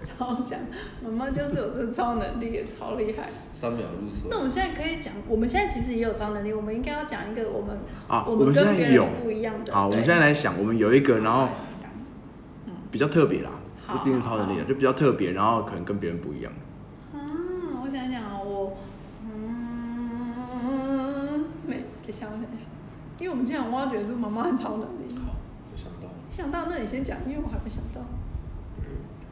超强。妈妈就是有这超能力，也超厉害。
三秒入
那我
手，
们现在可以讲，我们现在其实也有超能力，我们应该要讲一个我们
啊
我
我
们
们现在
跟别人
有
不一样的。
好，我们
对
现在来哦想，我们有一个，然后
嗯
比较特别啦，
好
不一定是超能力
好
了，
好
就比较特别，然后可能跟别人不一样。
嗯，我想想啊，我嗯没，等一下我想想，因为我们现在挖掘出妈妈的超能力。
我想到了，
想到那你先讲，因为我还没想到。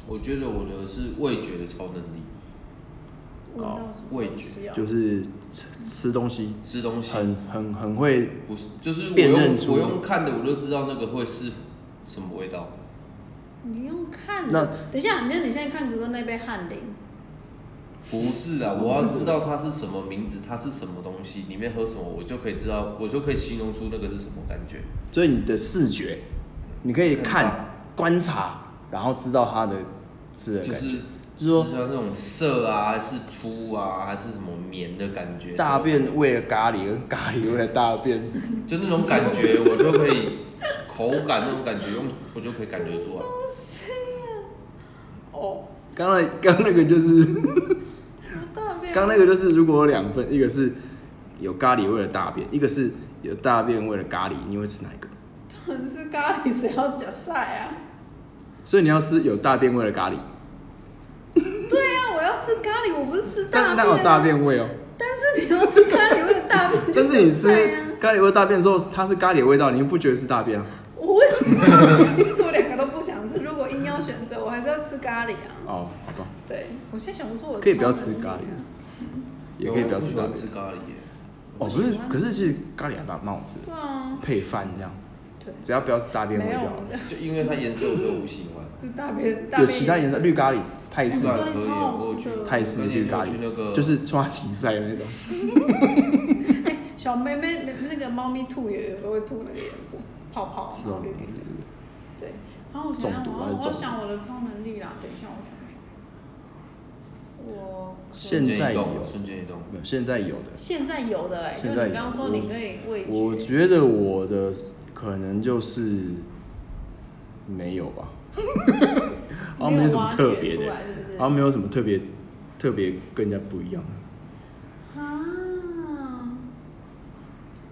我觉得我的是味觉的超能力，
闻到什么
味
东
觉
西啊
就是吃吃东西，
吃东西
很很很会，
不是，就是我
辨
用
认出
我用看的我就知道那个会是什么味道。
你用看
那
的。等一下，那你现在看哥哥那杯翰林，
不是啊，我要知道它是什么名字，它是什么东西，里面喝什么，我就可以知道，我就可以形容出那个是什么感觉。
所以你的视觉，你可以看观察，然后知道它的吃的
就
感觉。
是
就是说
像那种色啊，还是粗啊，还是什么棉的感觉，
大便为了咖喱，跟咖喱为了大便，
就那种感觉，我就可以口感那种感觉，用我就可以感觉
啊
出来。
哦，
刚才刚那个就是，
大便。
刚那个就是，如果有两份，一个是有咖喱为了大便，一个是有大便为了咖喱，你会吃哪一个？
很是咖喱，谁要假赛啊？
所以你要吃有大便味的咖喱，
对啊，我要吃咖喱，我不是吃大
但但
便、
有
啊。
大便味哦、
但是你要吃咖喱味的大便、就
但是你吃
对啊
咖喱味大便的时候，它是咖喱的味道，你又不觉得是大便啊？
我为什么？为什么两个都不想吃？如果硬要选择，我还是要吃咖喱啊。
哦，好吧，
对，我现在想不出我
可以不要吃咖喱
啊。
也可以不要
我
吃
喜
大
欢
便
吃。咖喱耶，
哦，不是，可是其实咖喱还蛮蛮好吃的，
对啊，
配饭这样，
对，
只要不要是大便味
没
就
有
好了。，
就因为它颜色我就不喜欢。
就大便大
有
便
其他颜色，绿咖喱、泰式
是、啊，可
绿咖喱
以，
超好
我
吃
去
的
泰式绿咖喱
那天有去那，个
就是抓芹菜的那种。
小妹妹妹那个猫咪吐也有时候会吐那个颜色泡泡，
是哦
绿绿的。对，然后我想想，
中毒
我
还是
要
中
我要
毒
想我的超能力啦，等一下我想想。我可
现
瞬间移
现在有
动，啊瞬间移动。
没有现在有的，
现在有的哎、就
现
你
在有
刚刚说你可以味
我
觉，
觉得我的可能就是没有吧，好像没有什么特别
没有
的欸
挖掘出来是不，是
好像没有什么特别特别跟人家不一样。
啊，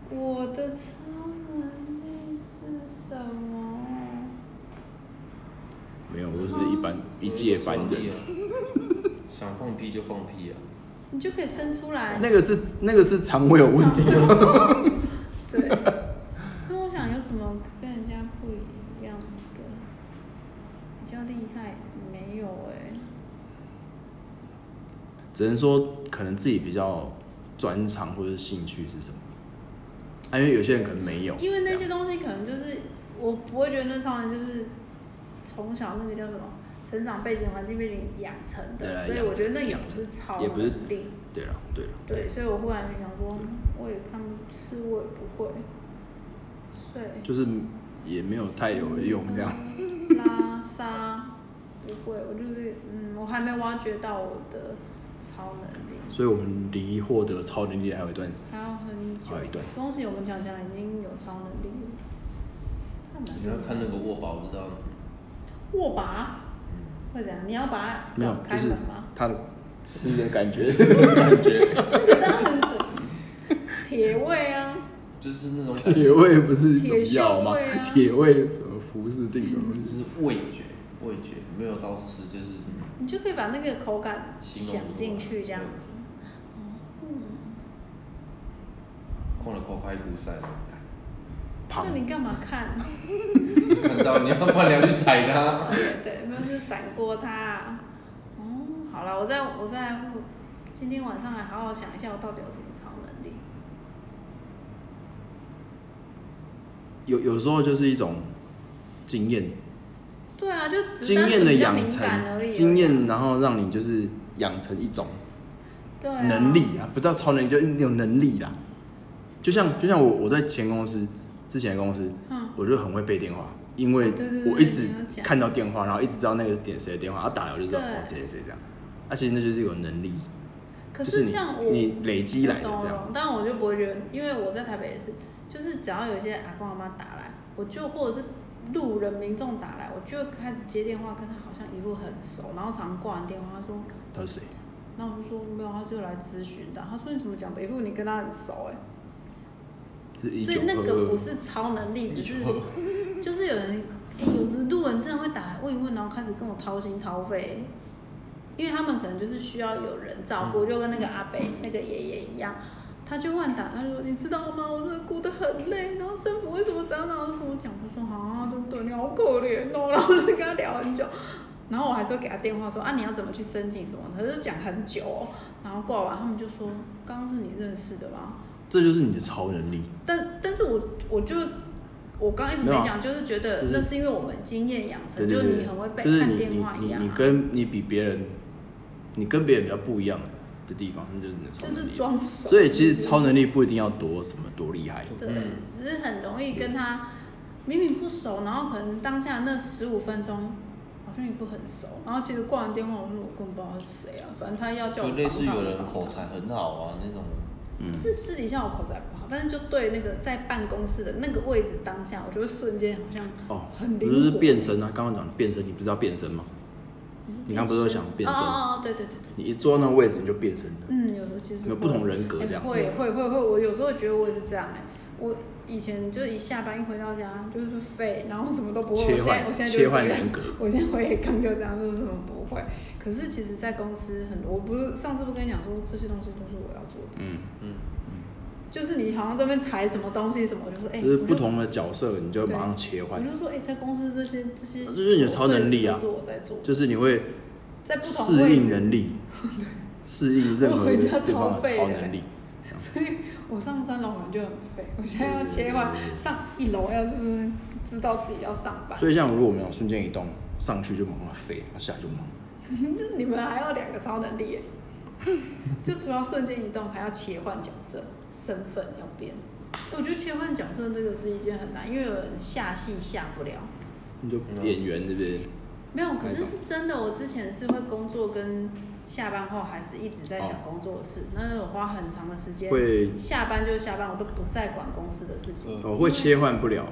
我的超能力是什么？
没有，我都是一般一介凡
我有
人。
能力啊，想放屁就放屁啊！
你就可以生出来。
那个是那个是肠胃有问题，
对。那我想有什么跟人家不一样的，比较厉害？没有哎、
只能说可能自己比较专长或者兴趣是什么。啊，因为有些人可能没有，
因为那
这
些
样
东西可能就是我不会觉得那超人就是从小那个叫什么成长背景、环境背景养成
对啊
的，所以我觉得那也不是
养成
超
也不是
能力。
对了对了，
对，所以我忽然就想说，我也看不是，我也不会。所以
就是也没有太有用这样。
拉沙不会，我就是嗯，我还没挖掘到我的超能力，
所以我们离获得超能力还有一段时
还要很久
还。有一段。
恭喜我们强强已经有超能力了，看哪
你要看那个握把，我就 知道。
握把
嗯，
会怎样？你要把它
没有
搞，
就
啊开
是
门吗？
他的吃的感觉，
感觉
当然的，铁胃啊，
就是那种感 觉，
铁味不是一种药吗
铁锈味啊？
铁味什么服饰定的东
就
西，
是味觉，味觉没有到吃，就是嗯
你就可以把那个口感
形容
想进去这样子。
逛了快快一步散，干
胖
那你干嘛看？
看到你要换粮去踩它。
对 对，没有就是闪过它。啊哦，好了，我再我再今天晚上来好好想一下，我到底有什么超能力？
有有时候就是一种经验，
对啊，就只是
经验的养
单纯比较敏感而已
成，经验，然后让你就是养成一种
对啊
能力啊，不到超能力就是那种能力啦。就像就像我我在前公司之前的公司，
嗯
我就很会背电话，因为
对对对
我一直
你要讲
看到电话，然后一直知道那个点谁的电话，然后打来我就知道
对
哦谁谁谁这样。啊，其实那就是有能力，
可
就是你
像我，
你累积来的
我
这
懂
样。
懂但我就不会觉得，因为我在台北也是，就是只要有一些阿公阿妈打来，我就或者是路人民众打来，我就会开始接电话，跟他好像一副很熟，然后常挂完电话，他说，
他是谁？
然后我就说没有，他就来咨询的。他说你怎么讲的一副你跟他很熟哎、
是一
所以
九
那
二
个不
二。
是超能力，只是
一九 二
就是有人，哎、有的路人真的会打来问一问，然后开始跟我掏心掏肺，因为他们可能就是需要有人照顾，就跟那个阿北那个爷爷一样，他就乱打，他说你知道吗？我真的过得很累，然后政府为什么这样？然后就跟我讲，我说啊，真的你好可怜哦，然后我就跟他聊很久。然后我还是会给他电话说啊，你要怎么去申请什么的？他就讲很久、哦，然后挂完他们就说，刚刚是你认识的吗？
这就是你的超能力，
但但是我我就我刚刚一直
没有
没
啊
讲，就是觉得
就是
那是因为我们经验养
对
成，
对
就
对
你很会被
就是
看
你
电
你
话一
你
样
你
啊，
跟你比别人，你跟别人比较不一样的地方，那就是你的超
就
能
是
力。
装熟。
所以其实超能力不一定要多什么多厉害，
对
嗯，
只是很容易跟他明明不熟，然后可能当下那十五分钟好像也不很熟，然后其实挂完电话，我说我根本不知道他是谁啊，反正他要叫我
就类似
帮他
有人
帮他
口才很好啊那种，
嗯
是私底下我口才不好，但是就对那个在办公室的那个位置当下，我就会瞬间好像
哦，
很
不
灵
是
活
变身啊？刚刚讲变身，你不是要变身吗？你刚不是想变身
嗯哦哦哦，对对对对。
你一坐那个位置你就变身了。
嗯，有时候其实
有
会
不同人格这样
欸会会会会，我有时候觉得我也是这样哎、我以前就一下班一回到家就是废，然后什么都不会。我
切
现在
换
我现在就
切
是
换
这样
人格，
我现在我也刚就这样，就是什么不会。可是其实，在公司很多，我不是上次不跟你讲说这些东西都是我要做的，
嗯，
就是你好像这边裁什么东西什么，我就说哎，
就是
我
不同的角色，你就会马上切
我
换，
就说哎，在公司这些这些，
这是你的超能力啊
都是我在做，
就是你会
在不同
适
位
应
置。
能 力，适应任何
我回
地
家
方
超
的
废
超
的
能力。
所以我上三楼可能就很废，我现在要切换上一楼，要就是知道自己要上班。
所以像如果我们有瞬间移动，上去就马上飞，啊下来就忙。
你们还要两个超能力耶， 就除了瞬间移动，还要切换角色，身份要变。我觉得切换角色这个是一件很难，因为有人下戏下不了。
你就嗯演员对不对？
没有，可
那
是
种
是真的。我之前是会工作跟下班后还是一直在
哦
想工作的事，那我花很长的时间。
会嗯
下班就下班，我都不再管公司的事情。
我哦会切换不了，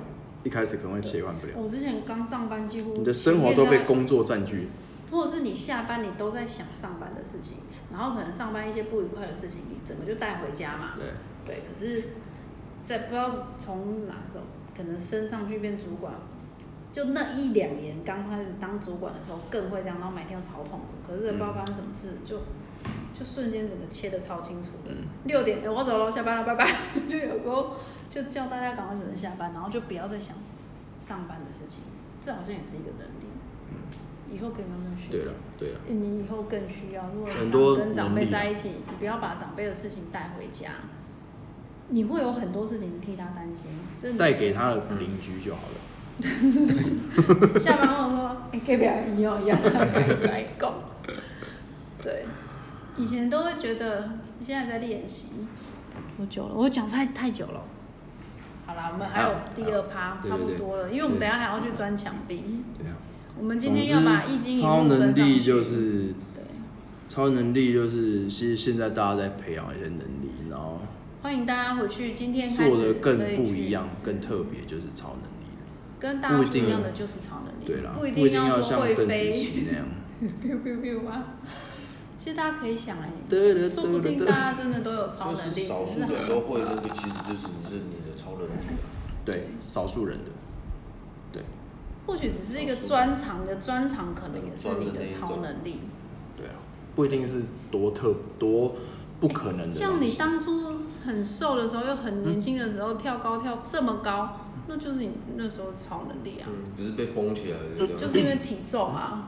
一开始可能会切换不了，
我之前刚上班，几乎
啊你的生活都被
前面
工作占据。
或者是你下班你都在想上班的事情，然后可能上班一些不愉快的事情，你整个就带回家嘛。
对，
对，可是，在不知道从哪时候，可能升上去变主管，就那一两年刚开始当主管的时候更会这样，然后每天都超痛苦。可是不知道发生什么事，就就瞬间整个切的超清楚的。六点、欸我要走了，下班了，拜拜。 就有时候就叫大家赶快准时下班，然后就不要再想上班的事情。这好像也是一个能力。
嗯
以后可以慢慢学。
对了，对了，
你以后更需要，如果
很多
跟长
能
辈
力啊
在一起，你不要把长辈的事情带回家，你会有很多事情替他担心。这你
带给他的邻居就好了。
下班后说，哎、给不要一样一样来 讲。对，以前都会觉得，现在在练习，多久了？我讲太太久了。好啦，我们还有
好
第二趴，
对
差不
对对
多了，因为我们等一下还要去钻墙壁。
对啊，
我们今天要把易
总
经
之
一
超
路钻上
能力
去。
就是
对，
超能力就是，其实现在大家在培养一些能力，然后
欢迎大家回去，今天开始
做的更
可以
不
去
一样、更特别，就是超能力。
跟大家不一样的就是超能力，
对啦，
不一
定
定
要
说
像
会
邓
飞
紫棋 那样。
，biu biu biu 啊。其实大家可以想哎、
对对
说不
对
定
对
大家真的都有超
就
能
是
力，
少
只
数
是
的
还
人都会那个，其实就是你是你的超能力啊。
对，少数人的，对，
或许只是一个专长的专长，可能也是你的超能力。
对啊，不一定是多特多不可能的
像
东
你
西。
当初很瘦的时候，又很年轻的时候，跳高跳这么高，那就是你那时候的超能力啊，
嗯，只是被封起来
嗯
的。
就是因为体重啊。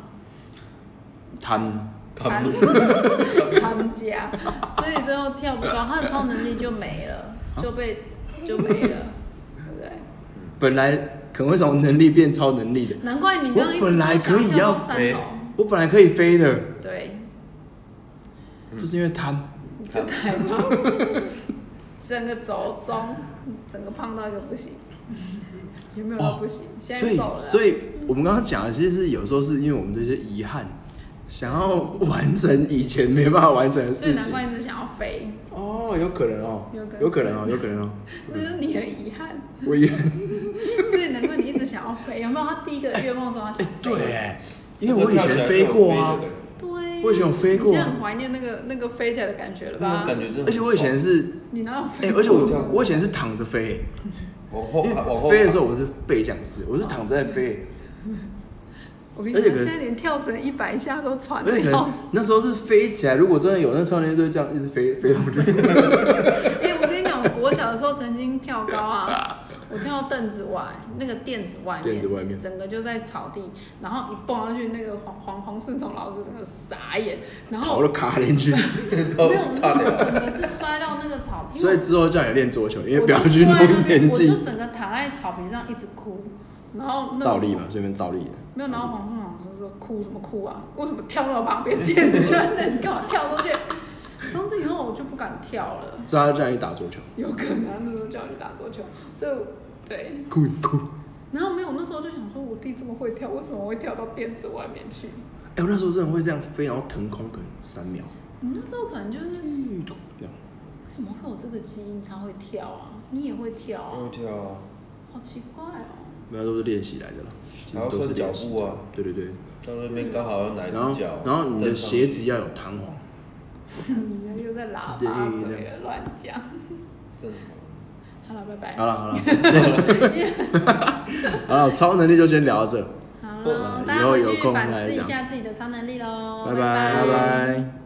贪，
他
们
们
他们家，所以最后跳不高，他的超能力就没了，就被就没了，对不对？
本来可能会从能力变超能力的，
难怪你刚刚一
我
直
本
说
来可以
想
要
跳到三
飞
楼，
我本来可以飞的，
对，
嗯
就是因为贪。
你就太胖，整个走中，整个胖到一个不行，有没有到不行？现
哦所
在
以
瘦了啊，，
所以我们刚刚讲的，其实是有时候是因为我们这些遗憾，想要完成以前没办法完成的
所以
事
难
情。
怪一直想要飞，
哦，有可能哦
有可，能
有可能哦，有可 能哦。
那就是你的遗憾，
我也
所以难怪你一直想要飞。有没有？他第一个月梦说他想飞，
哎对，因为我以前飞过啊，
对，
我以前有飞过
你现在很怀念那个那个飞起来的感觉了
那
吧
种？感觉真的很哦爽。
啊而且我以前是，
你哪有
哎、
飞过？
而且我
我有跳过
我以前是躺着飞，
往后啊
因为
哦往后
飞的时候我是背向式，我是躺着在飞，
哦我跟你
而
讲，
且可
现在连跳绳一百下都喘
而
得
且可
要
能
死。
那时候是飞起来，如果真的有那超能力，就会这样一直飞飞上
哦
去。
哎、我跟你讲，我国小的时候曾经跳高啊，我跳到凳子外，那个垫子外面，
垫子外面
整个就在草地，然后一蹦上去，那个黄黄黄顺从老师整个傻眼，然
头
后
都卡进去，
没有，
都
我
差点
整个是摔到那个草，因
哦所
为
以
我
之后叫你练桌球，因为
我
不要
就
去
坐在那
弄田
边我就
径，
整个躺在草坪上一直哭，然后那个
倒立嘛，顺便倒立。
没有，然后黄黄老师说哭什么哭啊？为什么跳到旁边垫子去？那你干嘛跳过去？从此以后我就不敢跳了。
所以他叫你打桌球，
有可能啊他那时候叫我去打桌球，所以我对，
酷酷。
然后没有，我那时候就想说，我弟这么会跳，为什么会跳到垫子外面去？
哎、我那时候真的会这样飞，然后腾空可能三秒，
你那时候可能就是为
这样。
什么会有这个基因，他会跳啊，你也会跳
嗯
啊，
跳啊，
好奇怪哦。
没有都是练习来的啦，其
还
实
要
都是
算脚
练习。
步啊，
对对对，
到那边刚好要哪一
然后
只脚，
然后你的鞋子要有弹簧，
你又在喇叭嘴了乱讲。
正常，
好了，拜拜。
好了好了， 好了，超能力就先聊到这，
好了，
以
大家
后
回
有
去
空
反
再
思一
讲
下自己的超能力喽。
拜拜。